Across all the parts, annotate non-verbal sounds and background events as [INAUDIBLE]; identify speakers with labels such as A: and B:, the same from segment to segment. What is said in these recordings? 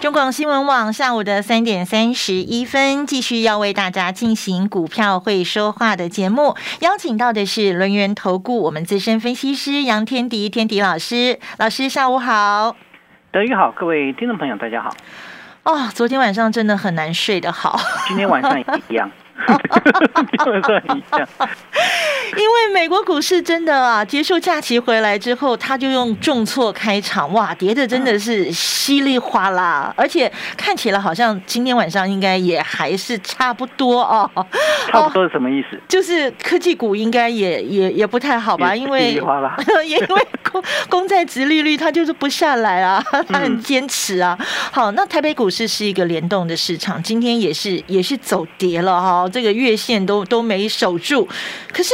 A: 中广新闻网下午的三点三十一分，继续要为大家进行股票会说话的节目，邀请到的是轮源投顾我们资深分析师杨天迪，天迪老师，老师下午好。
B: 德语好，各位听众朋友，大家好。
A: 哦，昨天晚上真的很难睡得好，
B: 今天晚上也一
A: [LAUGHS]
B: 样，今天晚上也一样。
A: 因为美国股市真的啊，结束假期回来之后，他就用重挫开场，哇，跌的真的是稀里哗啦，而且看起来好像今天晚上应该也还是差不多哦。
B: 差不多是什么意思？
A: 就是科技股应该也也也不太好吧，
B: 也
A: 因为
B: 稀里哗啦
A: 也 [LAUGHS] 因为公公债值利率它就是不下来啊，它很坚持啊。好，那台北股市是一个联动的市场，今天也是也是走跌了哈、这个月线都都没守住，可是。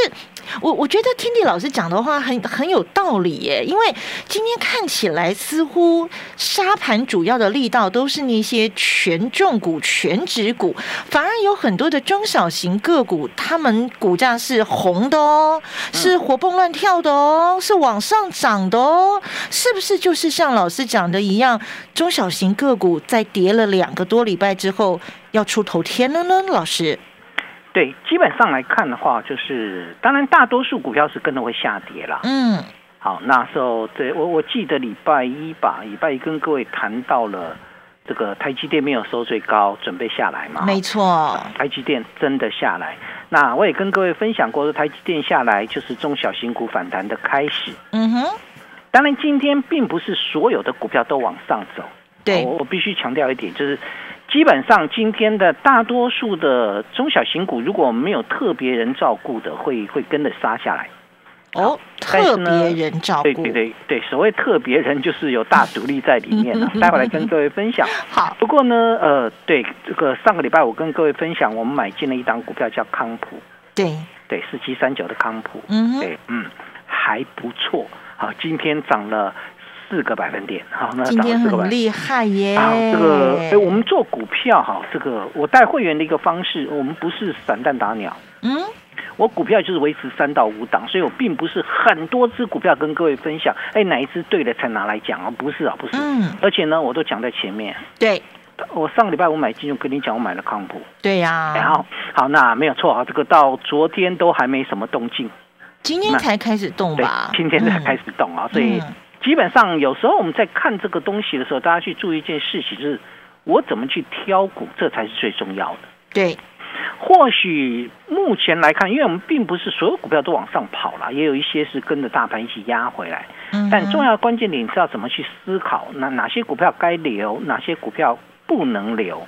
A: 我我觉得天地老师讲的话很很有道理耶，因为今天看起来似乎沙盘主要的力道都是那些权重股、全指股，反而有很多的中小型个股，他们股价是红的哦，
B: 嗯
A: 是活蹦乱跳的哦，是往上涨的哦，是不是就是像老师讲的一样，中小型个股在跌了两个多礼拜之后要出头天了呢？老师，
B: 对，基本上来看的话，就是当然大多数股票是跟着会下跌啦。
A: 嗯，
B: 好，那时候对我我记得礼拜一吧，礼拜一跟各位谈到了这个台积电没有收最高，准备下来嘛。
A: 没错，
B: 台积电真的下来，那我也跟各位分享过，说台积电下来就是中小型股反弹的开始。
A: 嗯哼，
B: 当然，今天并不是所有的股票都往上走。哦
A: 对
B: 我我必须强调一点，就是基本上今天的大多数的中小型股，如果没有特别人照顾的，会会跟着杀下来。
A: 哦，
B: 但
A: 特
B: 是呢
A: 别人照顾，
B: 对对对对，所谓特别人就是有大独立在里
A: [LAUGHS]
B: 面了、待会来跟各位分享。
A: 好，
B: 不过呢，呃，对这个上个礼拜我跟各位分享，我们买进了一档股票叫康普，
A: 对，
B: 对，四七三九的康普，
A: 嗯哼，
B: 对，嗯，还不错。好，今天涨了四个百分点，好，那
A: 今
B: 涨了
A: 天
B: 四个百
A: 很
B: 分点。
A: 厉害耶，
B: 啊，这个哎、我们做股票哈，这个我带会员的一个方式，我们不是散弹打鸟，
A: 嗯，
B: 我股票就是维持三到五档，所以我并不是很多只股票跟各位分享，哎、哪一只对了才拿来讲啊，不是啊，不是，
A: 嗯
B: 而且呢，我都讲在前面，
A: 对
B: 我上个礼拜我买进就跟你讲，我买了康普，
A: 对呀、
B: 然后好，那没有错啊，这个到昨天都还没什么动静，
A: 今天
B: 那
A: 才开始动
B: 对
A: 吧，？
B: 哎今天才
A: 嗯
B: 开始动啊，所以
A: 嗯
B: 基本上有时候我们在看这个东西的时候，大家去注意一件事情，就是我怎么去挑股，这才是最重要的。
A: 嗯对，
B: 或许目前来看，因为我们并不是所有股票都往上跑了，也有一些是跟着大盘一起压回来。
A: 嗯
B: 但重要的关键点是要怎么去思考，哪哪些股票该留，哪些股票不能留。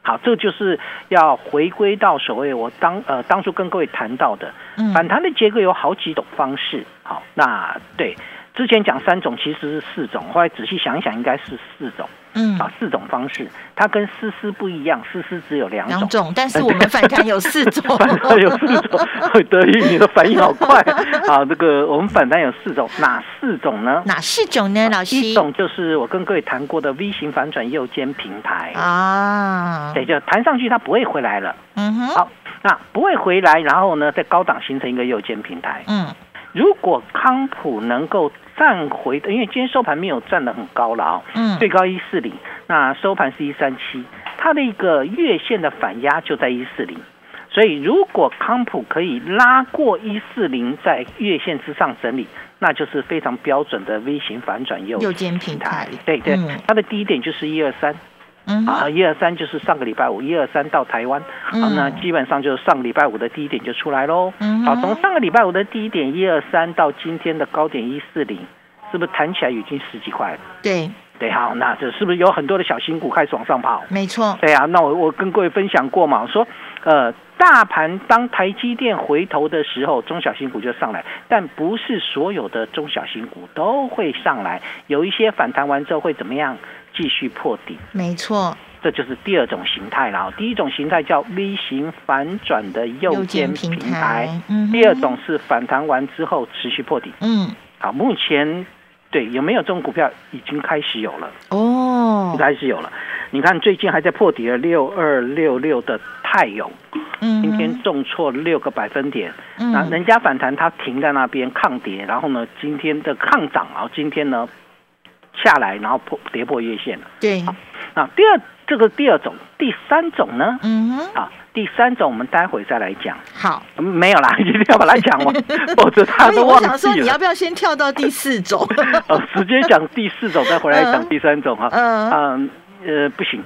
B: 好，这就是要回归到所谓我当呃当初跟各位谈到的，
A: 嗯
B: 反弹的结构有好几种方式。好，那对之前讲三种，其实是四种，后来仔细想一想，应该是四种
A: 嗯
B: 啊，四种方式，它跟思思不一样，思思只有两
A: 两
B: 种。呃
A: 种，但是我们反弹有四种，
B: [LAUGHS] 反弹有四种， [LAUGHS] 德玉，你的反应好快啊！这个我们反弹有四种，哪四种呢？
A: [LAUGHS] 哪四种呢？老师，
B: 啊一种就是我跟各位谈过的 V 型反转右肩平台，
A: 哦啊，
B: 对，就弹上去它不会回来了。
A: 嗯哼，
B: 好，那不会回来，然后呢，在高档形成一个右肩平台。
A: 嗯，
B: 如果康普能够站回，因为今天收盘没有站得很高了啊、
A: 嗯
B: 最高一四零，那收盘是一三七，它的一个月线的反压就在一四零，所以如果康普可以拉过一四零，在月线之上整理，那就是非常标准的 V 型反转右
A: 右肩平台
B: 对对
A: 嗯，
B: 它的低点就是一二三
A: 嗯哼，
B: 啊，一二三就是上个礼拜五一二三到台湾，好、
A: 嗯
B: 那基本上就是上个礼拜五的低点就出来喽。
A: 嗯
B: 好，
A: 哼
B: 从上个礼拜五的低点一二三到今天的高点一四零，是不是弹起来已经十几块了？
A: 对，
B: 对，好，那这是不是有很多的小新股开始往上跑？
A: 没错，
B: 对啊，那我我跟各位分享过嘛，我说，呃，大盘当台积电回头的时候，中小型股就上来，但不是所有的中小型股都会上来，有一些反弹完之后会怎么样？继续破底。
A: 没错，
B: 这就是第二种形态啦。第一种形态叫 V 型反转的右肩平台，
A: 嗯哼
B: 第二种是反弹完之后持续破底。
A: 嗯，
B: 好，目前对有没有这种股票已经开始有了，
A: 哦
B: 已经，开始有了。你看最近还在破底的六二六六的泰永，
A: 嗯哼，
B: 今天重挫六个百分点，
A: 嗯
B: 那人家反弹它停在那边抗跌，然后呢今天的抗涨，然后今天呢下来，然后破跌破月线了。
A: 对，
B: 那第二这个第二种，第三种呢？
A: 嗯哼，
B: 啊，第三种我们待会再来讲。
A: 好。
B: 嗯没有啦， [LAUGHS] 一定要把它讲
A: [LAUGHS]
B: 完，否则大家
A: 所以
B: 都
A: 我
B: 忘
A: 想说，你
B: 记了
A: 要。不要先跳到第四
B: [LAUGHS]
A: 种？
B: 呃，直接讲第四种，再回来讲第三种啊。
A: [LAUGHS] 嗯
B: 嗯呃，不行，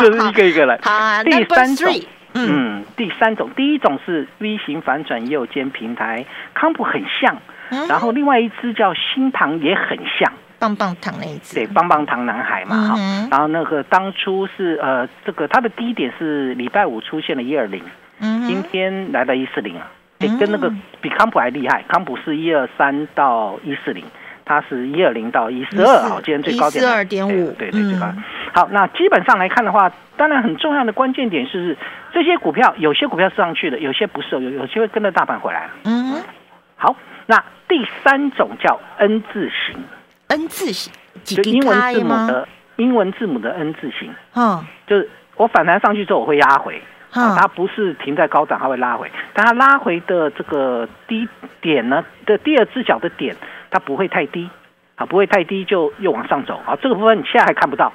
B: 就是一个一个来。
A: 好啊
B: 第
A: ，Number
B: 三种
A: Three，嗯
B: 嗯，第三种，第一种是 V 型反转右肩平台，康普很像，
A: 嗯
B: 然后另外一只叫新塘也很像，
A: 棒棒糖那一只，
B: 对，棒棒糖男孩嘛哈、
A: 嗯哼
B: 然后那个当初是呃，这个它的低点是礼拜五出现的一二零，
A: 嗯
B: 今
A: 哼，
B: 天来到一四零啊，哎
A: 嗯，
B: 跟那个比康普还厉害，康普是一二三到一四零。它是一二零到一四二，好，今天最高点
A: 142.5
B: 对对对，最高
A: 嗯。
B: 好，那基本上来看的话，当然很重要的关键点是，这些股票有些股票是上去的，有些不是，有有些会跟着大盘回来。
A: 嗯哼
B: 好，那第三种叫 N 字形，
A: ，N 字形，几
B: 就英文字母
A: 吗？
B: 的英文字母的 N 字形，
A: 嗯
B: 就是我反弹上去之后我会压回，啊，它
A: 嗯
B: 不是停在高档，它会拉回。但它拉回的这个低点呢的第二只脚的点，它不会太低，啊，不会太低就又往上走啊。这个部分你现在还看不到，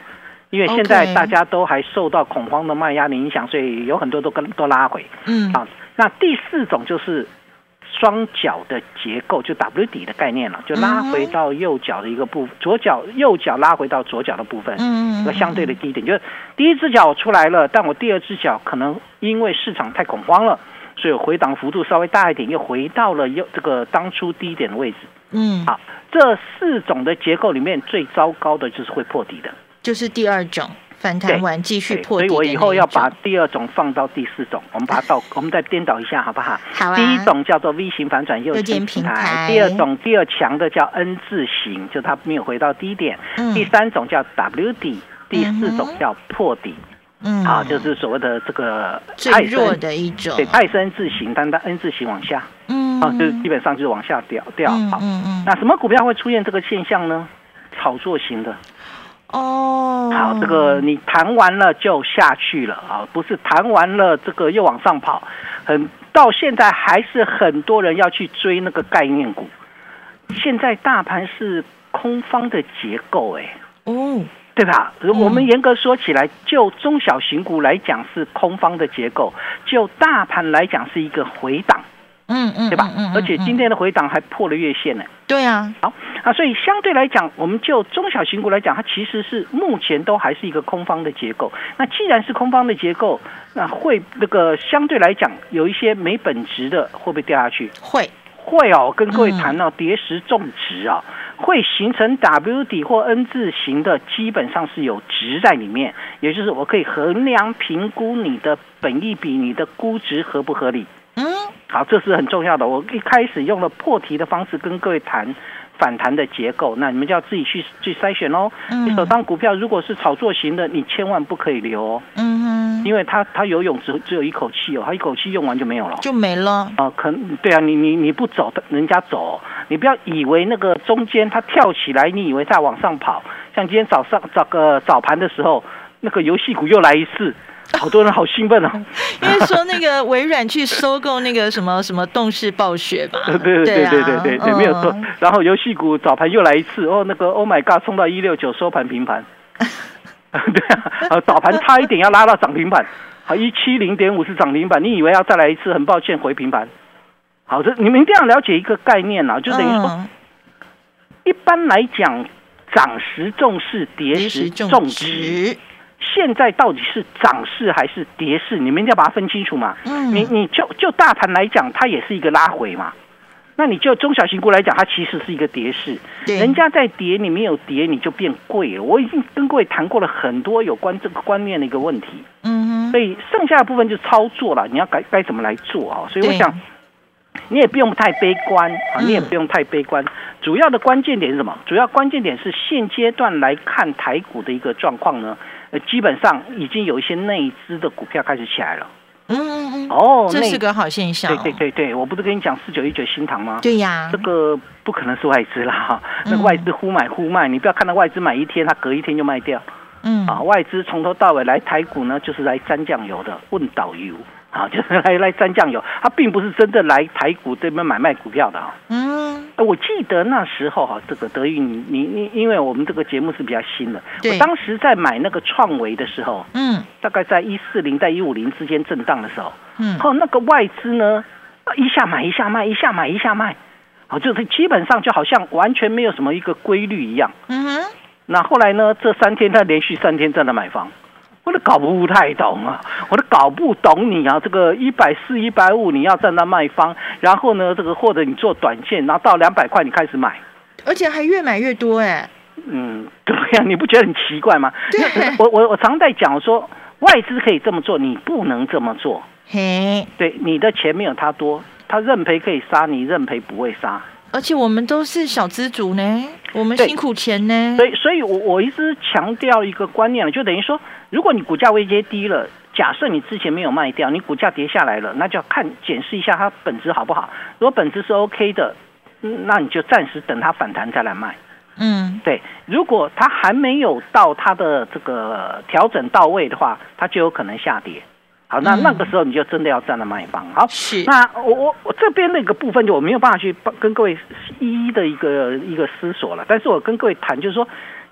B: 因为现在
A: OK
B: 大家都还受到恐慌的卖压的影响，所以有很多都跟都拉回
A: 嗯，
B: 啊。那第四种就是双脚的结构，就 W 底的概念了，就拉
A: 啊
B: 回到右脚的一个部分，左脚右脚拉回到左脚的部分，
A: 嗯
B: 一个相对的低点，就是第一只脚我出来了，但我第二只脚可能因为市场太恐慌了，所以回档幅度稍微大一点，又回到了右这个当初低点的位置。
A: 嗯，
B: 好，这四种的结构里面最糟糕的就是会破底的，
A: 就是第二种反弹完继续
B: 对
A: 破
B: 所
A: 底
B: 以
A: 的
B: 我
A: 那一
B: 以后要把
A: 种
B: 第二种放到第四种，我们把它倒，我们再颠倒一下好不好？
A: 好啊
B: 第一种叫做 V 型反转右
A: 右肩
B: 肩
A: 平
B: 平
A: 台
B: 台，第二种第二强的叫 N 字形，就它没有回到低点，
A: 嗯
B: 第三种叫 W 底，第四
A: 嗯哼
B: 种叫破底。
A: 嗯
B: 啊，就是所谓的这个
A: 最
B: 泰森
A: 弱的一种
B: 对，泰森字形，但它 N 字形往下，
A: 嗯
B: 啊，就是基本上就是往下掉掉。
A: 嗯
B: 好，
A: 嗯嗯
B: 那什么股票会出现这个现象呢？炒作型的，
A: 哦，
B: 好，这个你谈完了就下去了啊，不是谈完了这个又往上跑，很到现在还是很多人要去追那个概念股。现在大盘是空方的结构、哎，
A: 哦，
B: 对吧？如
A: 嗯
B: 我们严格说起来，就中小型股来讲是空方的结构，就大盘来讲是一个回档，
A: 嗯嗯，
B: 对吧？
A: 嗯嗯嗯
B: 而且今天的回档还破了月线呢。
A: 对啊，
B: 好啊，所以相对来讲，我们就中小型股来讲，它其实是目前都还是一个空方的结构。那既然是空方的结构，那会那个相对来讲有一些没本质的会不会掉下去？
A: 会
B: 会哦，跟各位谈到叠石种植啊，会形成 W 底或 N 字形的，基本上是有值在里面，也就是我可以衡量评估你的本益比、你的估值合不合理。
A: 嗯
B: 好，这是很重要的。我一开始用了破题的方式跟各位谈反弹的结构，那你们就要自己去去筛选哦。
A: 嗯
B: 你手上股票如果是炒作型的，你千万不可以留哦，
A: 嗯哼，
B: 因为它它游泳只只有一口气哦，它一口气用完就没有了。
A: 就没了，
B: 哦，可能对啊，你你你不走，人家走，你不要以为那个中间它跳起来，你以为它往上跑。像今天早上早个早盘的时候，那个游戏股又来一
A: [LAUGHS]
B: 次，好多人好兴奋啊！
A: 因为说那个微软去收购那个什么什么动视暴雪嘛，
B: 对对对
A: 啊
B: 对对对对，没有错
A: 嗯。
B: 然后游戏股早盘又来一次，哦，那个 Oh my God，冲到一六九收盘平盘。 [LAUGHS] 对啊，啊早盘差一点要拉到涨停板，好一七零点五是涨停板，你以为要再来一次？很抱歉，回平盘。好，这你们一定要了解一个概念啊，就等于说。
A: 嗯
B: 一般来讲，涨时重视，跌
A: 跌
B: 时
A: 时
B: 重
A: 种
B: 植。
A: 植，
B: 现在到底是涨势还是跌势？你们一定要把它分清楚嘛。
A: 嗯
B: 你你就就大盘来讲，它也是一个拉回嘛。那你就中小型股来讲，它其实是一个跌势。
A: 对
B: 人家在跌，你没有跌，你就变贵了。我已经跟各位谈过了很多有关这个观念的一个问题，
A: 嗯哼，
B: 所以剩下的部分就操作了，你要该该怎么来做啊？所以我
A: 对
B: 想，你也不用太悲观啊，
A: 嗯
B: 你也不用太悲观。主要的关键点是什么？主要关键点是现阶段来看台股的一个状况呢，呃基本上已经有一些内资的股票开始起来了。
A: 嗯嗯嗯，
B: 哦，
A: 这
B: 内
A: 是个好现象
B: 对
A: 哦。
B: 对对对，我不是跟你讲四九一九新塘吗？
A: 对嗯呀
B: 这，个不可能是外资啦，哈那个外资忽买忽卖，你不要看到外资买一天，它隔一天就卖掉
A: 嗯
B: 啊。外资从头到尾来台股呢，就是来沾酱油的，问导游啊，就是来来沾酱油，它并不是真的来台股这边买卖股票的啊。
A: 嗯
B: 呃我记得那时候哈、这个德裕，你你你，因为我们这个节目是比较新的，
A: 对
B: 我当时在买那个创维的时候，
A: 嗯
B: 大概在一四零在一五零之间震荡的时候，
A: 嗯，
B: 哦，那个外资呢，啊一下买一下卖，一下买一下卖，哦，就是基本上就好像完全没有什么一个规律一样。
A: 嗯哼，
B: 那后来呢，这三天他连续三天在那买房，我都搞不太懂啊，我都搞不懂你啊，这个一百四、一百五你要在那卖方，然后呢，这个或者你做短线，然后到两百块你开始买。
A: 而且还越买越多哎。
B: 嗯，对呀、你不觉得很奇怪吗？
A: 对
B: 那 [LAUGHS] 我我我常在讲，我说外资可以这么做，你不能这么做。
A: 嘿，
B: 对，你的钱没有他多，他认赔可以杀，你认赔不会杀。
A: 而且我们都是小资族呢，我们
B: 对
A: 辛苦钱呢
B: 所。以，所以我我一直强调一个观念了，就等于说，如果你股价位阶低了，假设你之前没有卖掉，你股价跌下来了，那就要看检视一下它本质好不好。如果本质是 OK 的，嗯那你就暂时等它反弹再来卖。
A: 嗯
B: 对，如果它还没有到它的这个调整到位的话，它就有可能下跌。好，那
A: 嗯
B: 那个时候你就真的要站在卖方。好，
A: 是
B: 那我我我这边那个部分就我没有办法去帮跟各位一一的一个一个思索了，但是我跟各位谈就是说，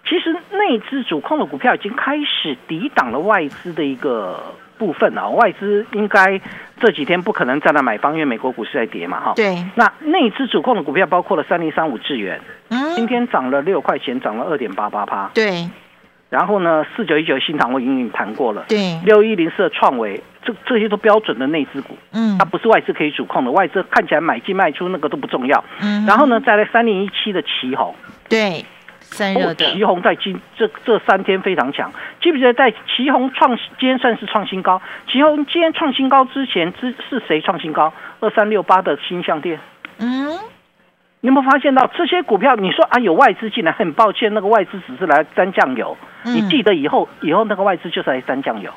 B: 其实内资主控的股票已经开始抵挡了外资的一个部分啊，外资应该这几天不可能站在买方，因为美国股市在跌嘛，哈。。
A: 对，
B: 那内资主控的股票包括了三零三五智源， [LAUGHS] 今
A: 嗯
B: 天涨了六块钱，涨了二点八八趴。
A: 对
B: 然后呢，四九一九新塘我已经谈过了，
A: 对，
B: 六一零四的创维，这这些都标准的内资股，
A: 嗯
B: 它不是外资可以主控的，外资看起来买进卖出那个都不重要。
A: 嗯，
B: 然后呢，再来三零一七的旗红，
A: 对散热
B: 哦，
A: 的，
B: 旗红在今这这三天非常强，记不记得在旗红创今天算是创新高，旗红今天创新高之前之是谁创新高？二三六八的新象店。
A: 嗯
B: 你有没有发现到这些股票？你说啊，有外资进来，很抱歉，那个外资只是来沾酱油。
A: 嗯
B: 你记得以后，以后那个外资就是来沾酱油。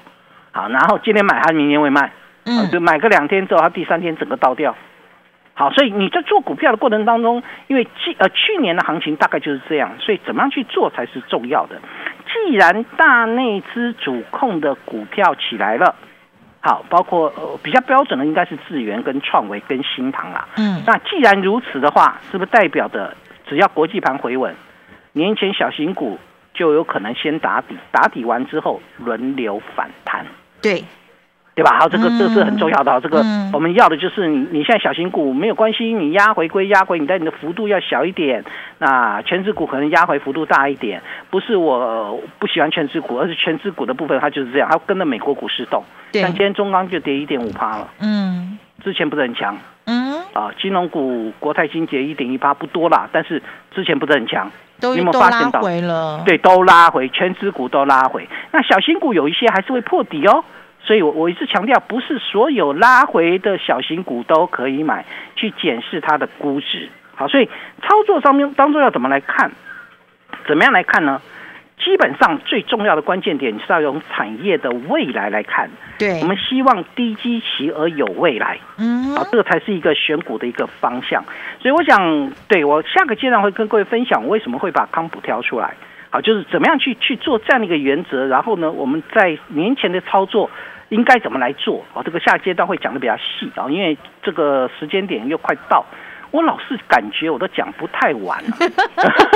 B: 好，然后今天买，它明天会卖，啊就
A: 嗯
B: 买个两天之后，它第三天整个倒掉。好，所以你在做股票的过程当中，因为去呃去年的行情大概就是这样，所以怎么样去做才是重要的。既然大内资主控的股票起来了，好，包括呃比较标准的应该是智源、跟创维、跟新唐啦。
A: 嗯
B: 那既然如此的话，是不是代表着只要国际盘回稳，年前小型股就有可能先打底，打底完之后轮流反弹，
A: 对，
B: 对吧？好，这个
A: 嗯
B: 这是很重要的，这个
A: 嗯
B: 我们要的就是你你现在小型股没有关系，你压回归压回，你但你的幅度要小一点。那全指股可能压回幅度大一点，不是我呃不喜欢全指股，而是全指股的部分它就是这样，它跟着美国股市动。
A: 对
B: 像今天中钢就跌一点五趴了，
A: 嗯
B: 之前不是很强。
A: 嗯
B: 啊，金融股国泰金捷一点一八不多啦，但是之前不是很强，
A: 都
B: 你有没有
A: 都
B: 发
A: 拉
B: 现到
A: 回了，
B: 对，都拉回，全指股都拉回。那小型股有一些还是会破底哦，所以我我一直强调，不是所有拉回的小型股都可以买，去检视它的估值。好，所以操作上面当中要怎么来看？怎么样来看呢？基本上最重要的关键点是要用产业的未来来看。
A: 对，
B: 我们希望低基期而有未来。
A: 嗯
B: 啊好，这个才是一个选股的一个方向。所以我想，对我下个阶段会跟各位分享我为什么会把康普挑出来。好，就是怎么样去去做这样的一个原则，然后呢，我们在年前的操作应该怎么来做？好，这个下阶段会讲的比较细啊，因为这个时间点又快到。我老是感觉我都讲不太完、啊， [LAUGHS]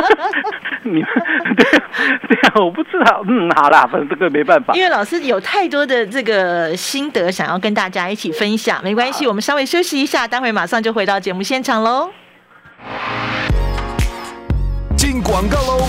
B: 你们 [LAUGHS] 对对啊，我不知道，嗯，好啦，反正这个没办法
A: 因。为老师有太多的这个心得想要跟大家一起分享，没关系，我们稍微休息一下，待会马上就回到节目现场喽。
C: 进广告喽。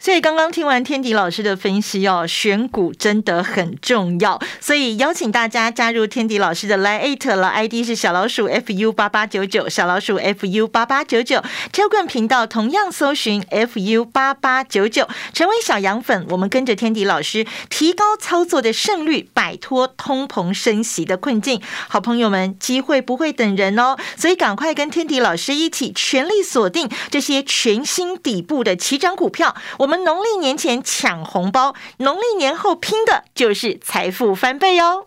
A: 所以刚刚听完天迪老师的分析哦，选股真的很重要，所以邀请大家加入天迪老师的 Line at 了，ID 是小老鼠 fu 八八九九，小老鼠 fu 八八九九，Telegram 频道同样搜寻 fu 八八九九，成为小羊粉，我们跟着天迪老师提高操作的胜率，摆脱通膨升息的困境。好朋友们，机会不会等人哦，所以赶快跟天迪老师一起全力锁定这些全新底部的起涨股票。我们农历年前抢红包，农历年后拼的就是财富翻倍哦。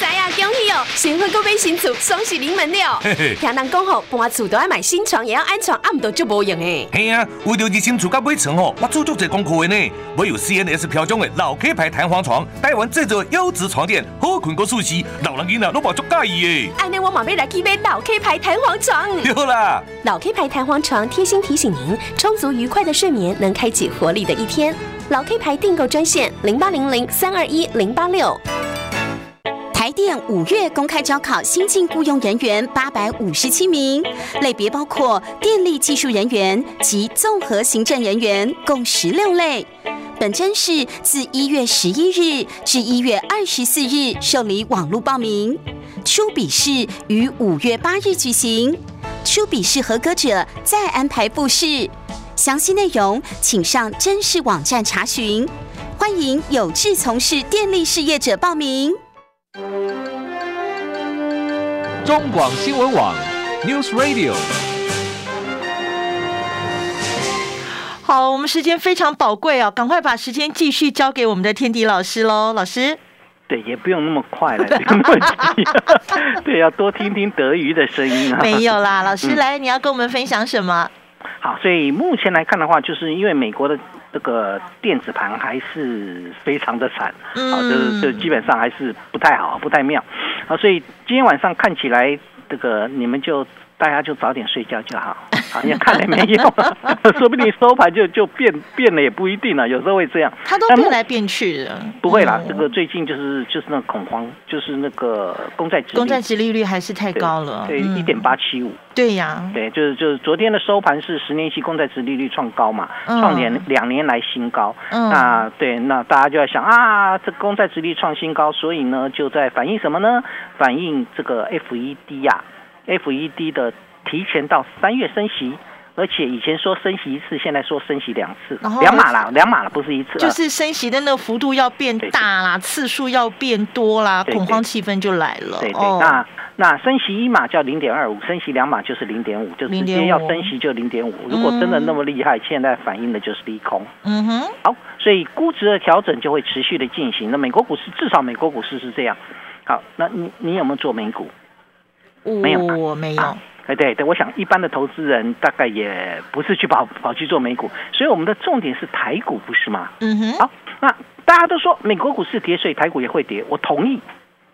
D: 仔啊，恭喜哦！新婚购买新厝，双喜临门了。听人讲吼，搬厝都要买新床，也要安床，啊，唔都就无用诶。
E: [LAUGHS] 嘿啊，为着热心主角买床哦，我做足侪功课的呢。我有 CNS 飘奖的老 K 牌弹簧床，台湾制作优质床垫，好困过舒适，老人囡仔拢嘛足介意
D: 安尼我马要来去买老 K 牌弹簧床。
E: 的。对啦，
D: 老 K 牌弹簧床贴心提醒您，充足愉快的睡眠能开启活力的一天。老 K 牌订购专线零八零零三二一零八六。
F: 台电五月公开招考新进雇用人员八百五十七名，类别包括电力技术人员及综合行政人员，共十六类。本甄试自一月十一日至一月二十四日受理网络报名，初笔试于五月八日举行，初笔试合格者再安排复试。详细内容请上甄试网站查询。欢迎有志从事电力事业者报名。
G: 中广新闻网，News Radio。
A: 好，我们时间非常宝贵哦，赶快把时间继续交给我们的天迪老师喽，老
B: [LAUGHS]
A: 师。
B: 对，也不用那么快了，这个问
A: [LAUGHS]
B: 题，对，要多听听德语的声音啊。
A: 没有啦，老师
B: 嗯
A: 来，你要跟我们分享什么？
B: 好，所以目前来看的话，就是因为美国的这个电子盘还是非常的惨，
A: 嗯
B: 啊，就是就基本上还是不太好，不太妙，啊，所以今天晚上看起来，这个你们就大家就早点睡觉就好，好像看了没用，啊
A: [LAUGHS]
B: 说不定收盘就就变变了也不一定啊了，有时候会这样。
A: 他都
B: 但目
A: 变来变去的，
B: 呃不会啦
A: 嗯，
B: 这个最近就是就是那个恐慌，就是那个公债值
A: 公债值利率还是太高了，
B: 对
A: 嗯
B: 一点，八七五，
A: 对呀，
B: 对，就是就是昨天的收盘是十年期公债值利率创高嘛，
A: 嗯
B: 创年两年来新高。
A: 嗯
B: 那对，那大家就在想啊，这公债值利率创新高，所以呢就在反映什么呢？反映这个 FED 呀、FED 的提前到三月升息。而且以前说升息一次，现在说升息两次
A: 然后，
B: 两码啦，两码了，不是一次，
A: 就
B: 呃
A: 是升息的那个幅度要变
B: 对对
A: 大啦，次数要变多啦，
B: 对对
A: 恐慌气氛就来了。
B: 对对，
A: 哦
B: 那那升息一码叫零点二五，升息两码就是零点五，就直接要
A: 0.5
B: 升息就零点五。如果真的那么厉害，现在反映的就是利空。
A: 嗯哼，
B: 好，所以估值的调整就会持续的进行。那美国股市至少美国股市是这样。好，那你你有没有做美股？没有吧
A: 我哦没有
B: 啊，哎，对对，我想一般的投资人大概也不是去跑跑去做美股，所以我们的重点是台股，不是吗？
A: 嗯哼，
B: 好，那大家都说美国股市跌，所以台股也会跌，我同意，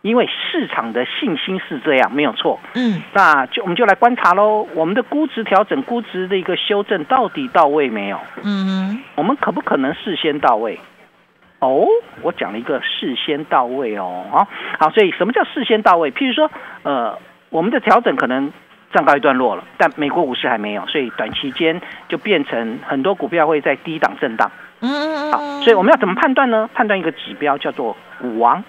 B: 因为市场的信心是这样，没有错。
A: 嗯，
B: 那就我们就来观察喽，我们的估值调整、估值的一个修正到底到位没有？
A: 嗯
B: 我们可不可能事先到位？哦，我讲了一个事先到位哦，好、好，所以什么叫事先到位？譬如说，呃，我们的调整可能暂告一段落了，但美国股市还没有，所以短期间就变成很多股票会在低档震荡。
A: 哼，嗯嗯
B: 好，
A: 嗯，
B: 所以我们要怎么判断呢？判断一个指标叫做股王，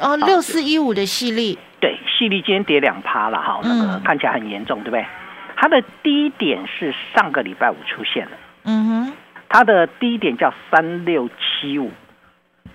A: 哦六四一五的系列，
B: 对，细粒今天跌两趴了哈，那个
A: 嗯
B: 看起来很严重，对不对？它的低点是上个礼拜五出现的，
A: 嗯哼，
B: 它的低点叫三六七五，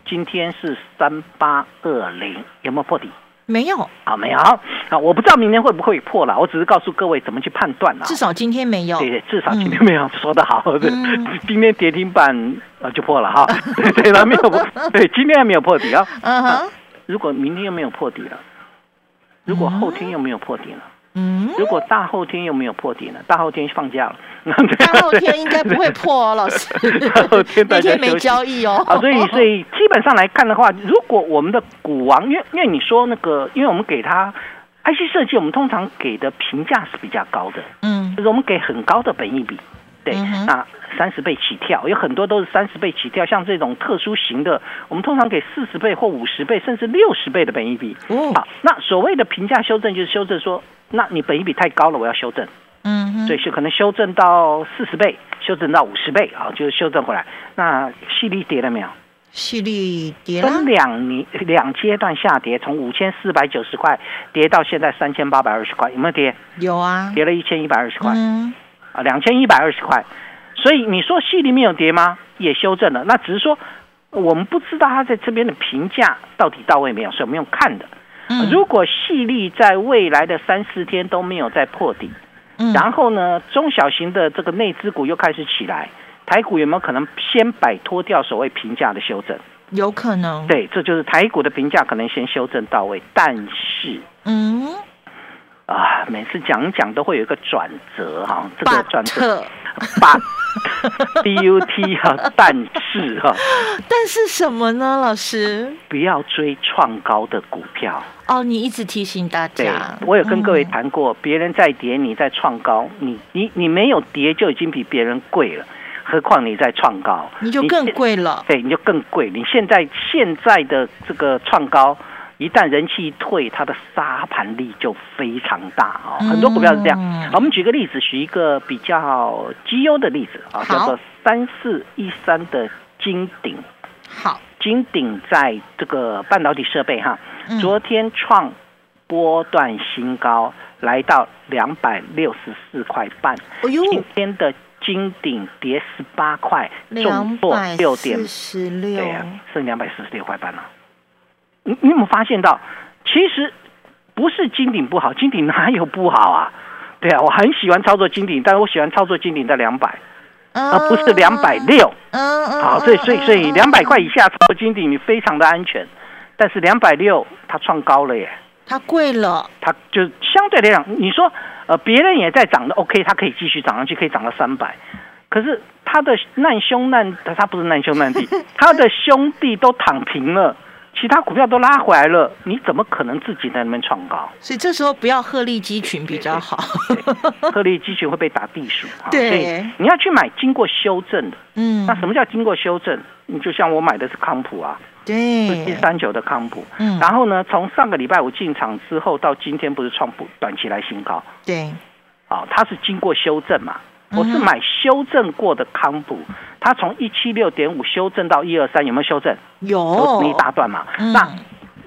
B: 今天是三八二零，有没有破底？
A: 没有，
B: 好，没有啊，我不知道明天会不会破了，我只是告诉各位怎么去判断了。
A: 至少今天没有，
B: 对对，至少今天没有说的好，对
A: 嗯，
B: 今天跌停板呃就破
A: [LAUGHS]
B: 了哈，对对了，没有破，对，今天还没有破底啊。
A: 嗯哼，
B: 如果明天又没有破底了，如果后天又没有破底了，
A: 嗯， [LAUGHS]
B: 如果大后天又没有破底呢？大后天放假了， [LAUGHS]
A: 大后天应该不会破哦，老师
B: 大后天。
A: 那
B: 大家
A: 天没
B: 休息
A: 交易哦。
B: 啊，所以所以基本上来看的话，如果我们的股王，因为因为你说那个，因为我们给他 IC 设计，我们通常给的评价是比较高的，
A: 嗯
B: 就是我们给很高的本益比，对，
A: 嗯哼
B: 那三十倍起跳，有很多都是三十倍起跳，像这种特殊型的，我们通常给四十倍或五十倍，甚至六十倍的本益比。
A: 哦
B: 好，那所谓的评价修正就是修正说，那你本益比太高了，我要修正。
A: 嗯哼，
B: 所以是可能修正到四十倍，修正到五十倍啊，就是修正回来。那细粒跌了没有？
A: 蓄力跌啦，
B: 分两年两阶段下跌，从五千四百九十块跌到现在三千八百二十块，有没有跌？
A: 有啊，
B: 跌了一千一百二十块
A: 嗯
B: 啊，两千一百二十块。所以你说细粒没有跌吗？也修正了，那只是说我们不知道它在这边的评价到底到位没有，所以我们用看的。
A: 嗯，
B: 如果细粒在未来的三四天都没有再破底，
A: 嗯
B: 然后呢，中小型的这个内资股又开始起来，台股有没有可能先摆脱掉所谓评价的修正？
A: 有可能，
B: 对，这就是台股的评价可能先修正到位，但是
A: 嗯，
B: 啊，每次讲一讲都会有一个转折哈、这个转折
A: 特，
B: 把 B U T 哈、但是哈、
A: 但是什么呢，老师？
B: 不要追创高的股票。
A: 哦，你一直提醒大
B: 对
A: 家，，
B: 我有跟各位
A: 嗯
B: 谈过，别人在跌，你在创高，你你你没有跌就已经比别人贵了，何况你在创高，
A: 你就更
B: 现
A: 贵了，
B: 对，你就更贵。你现在现在的这个创高，一旦人气一退，它的杀盘力就非常大哦。很多股票是这样。
A: 嗯
B: 好我们举个例子，举一个比较绩优的例子啊，叫做三四一三的金鼎。
A: 好，
B: 金鼎在这个半导体设备哈，
A: 嗯
B: 昨天创波段新高，来到两百六十四块半。
A: 哎呦，
B: 今天的金鼎跌十八块，重
A: 两
B: 挫
A: 百
B: 六点
A: 四十六
B: 对，呀、剩两百四十六块半了。啊你你有没有发现到，其实不是金鼎不好，金鼎哪有不好啊？对啊，我很喜欢操作金鼎，但是我喜欢操作金鼎在两百，
A: 哦
B: 而啊不是两百六。
A: 啊嗯嗯，
B: 好，
A: 嗯
B: 所以所以所以
A: 嗯
B: 两百块以下操作金鼎，你非常的安全。但是两百六它创高了耶，
A: 它贵了，
B: 它就相对来讲，你说呃别人也在涨的，OK，它可以继续涨上去，可以涨到三百，可是它的难兄难，它不是难兄
A: [LAUGHS]
B: 难弟，它的兄弟都躺平了，其他股票都拉回来了，你怎么可能自己在那边创
A: [LAUGHS]
B: 高？
A: 所以这时候不要鹤立鸡群比较好。
B: 鹤立鸡群会被打地鼠，啊
A: 对
B: 所以你要去买经过修正的。
A: [LAUGHS] 嗯
B: 那，什么叫经过修正？你就像我买的是康普啊，是一
A: 对，
B: 三啊九的康普，
A: 嗯
B: 然后呢，从上个礼拜五进场之后到今天，不是创普短期来新高。
A: 对，
B: 啊、它是经过修正嘛。我是
A: 嗯哼
B: 买修正过的康普，它从一七六点五修正到一二三，有没有修正？
A: 有
B: 有那一大段嘛。
A: 哦嗯
B: 那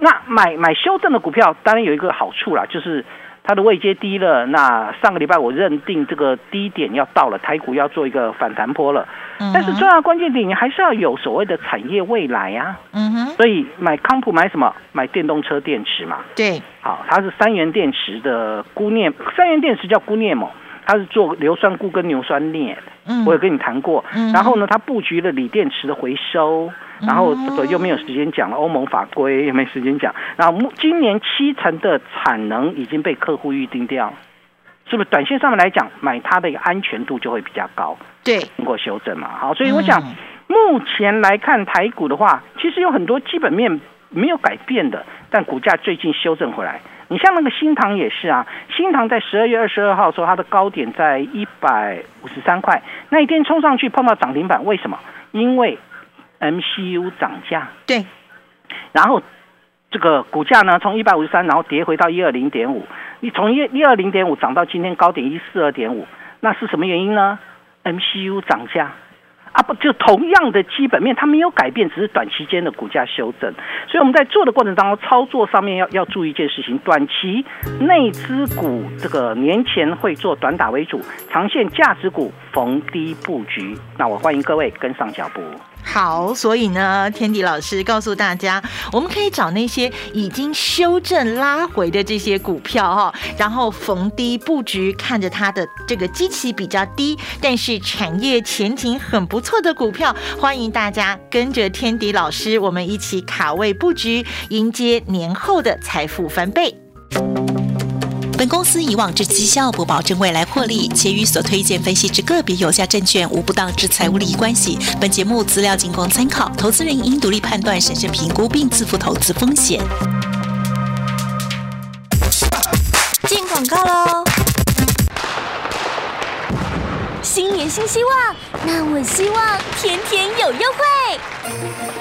B: 那买买修正的股票，当然有一个好处啦，就是它的位阶低了。那上个礼拜我认定这个低点要到了，台股要做一个反弹坡了。
A: 嗯哼
B: 但是重要的关键点，你还是要有所谓的产业未来啊。
A: 嗯哼，
B: 所以买康普买什么？买电动车电池嘛。
A: 对，
B: 好，它是三元电池的钴镍，三元电池叫钴镍锰，它是做硫酸钴跟硫酸镍，
A: 嗯，
B: 我有跟你谈过。
A: 嗯
B: 然后呢，它布局了锂电池的回收，然后这个又没有时间讲了，欧盟法规也没时间讲。然后目今年七成的产能已经被客户预定掉，是不是？短线上面来讲，买它的一个安全度就会比较高，
A: 对，
B: 经过修正嘛。好，所以我想。
A: 嗯
B: 目前来看，台股的话，其实有很多基本面没有改变的，但股价最近修正回来。你像那个新塘也是啊，新塘在十二月二十二号的时候，它的高点在一百五十三块，那一天冲上去碰到涨停板，为什么？因为 MCU 涨价，
A: 对，
B: 然后这个股价呢从一百五十三，然后跌回到一二零点五，你从一一二零点五涨到今天高点一四二点五，那是什么原因呢？MCU 涨价。啊不，就同样的基本面，它没有改变，只是短期间的股价修正。所以我们在做的过程当中，操作上面要要注意一件事情：短期内资股这个年前会做短打为主，长线价值股逢低布局。那我欢迎各位跟上脚步。
A: 好，所以呢，天迪老师告诉大家，我们可以找那些已经修正拉回的这些股票哈、然后逢低布局，看着它的这个基期比较低，但是产业前景很不错的股票，欢迎大家跟着天迪老师，我们一起卡位布局，迎接年后的财富翻倍。
H: 本公司以往之绩效不保证未来获利，且与所推荐分析之个别有价证券无不当之财务利益关系。本节目资料仅供参考，投资人应独立判断、审慎评估并自负投资风险。
D: 进广告喽。新年新希望，那我希望天天有优惠。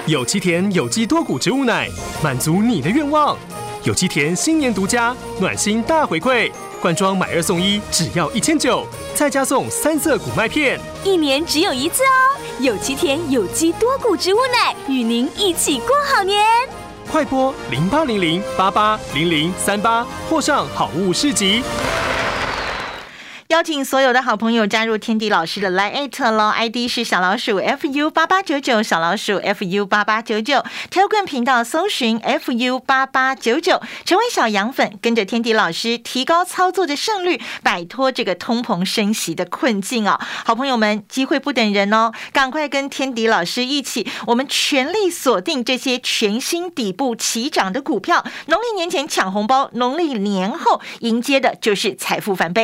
I: 有机田有机多谷植物奶，满足你的愿望。有机田新年独家暖心大回馈，罐装买二送一，只要一千九，再加送三色谷麦片。
D: 一年只有一次哦！有机田有机多谷植物奶，与您一起过好年。
I: 快播零八零零八八零零三八，或上好物市集。
A: 邀请所有的好朋友加入天地老师的 Line at 喽，ID 是小老鼠 fu 八八九九，小老鼠 fu 八八九九，Telegram 频道搜寻 fu 八八九九，成为小羊粉，跟着天地老师提高操作的胜率，摆脱这个通膨升息的困境哦。好朋友们，机会不等人哦，赶快跟天迪老师一起，我们全力锁定这些全新底部起涨的股票，农历年前抢红包，农历年后迎接的就是财富翻倍。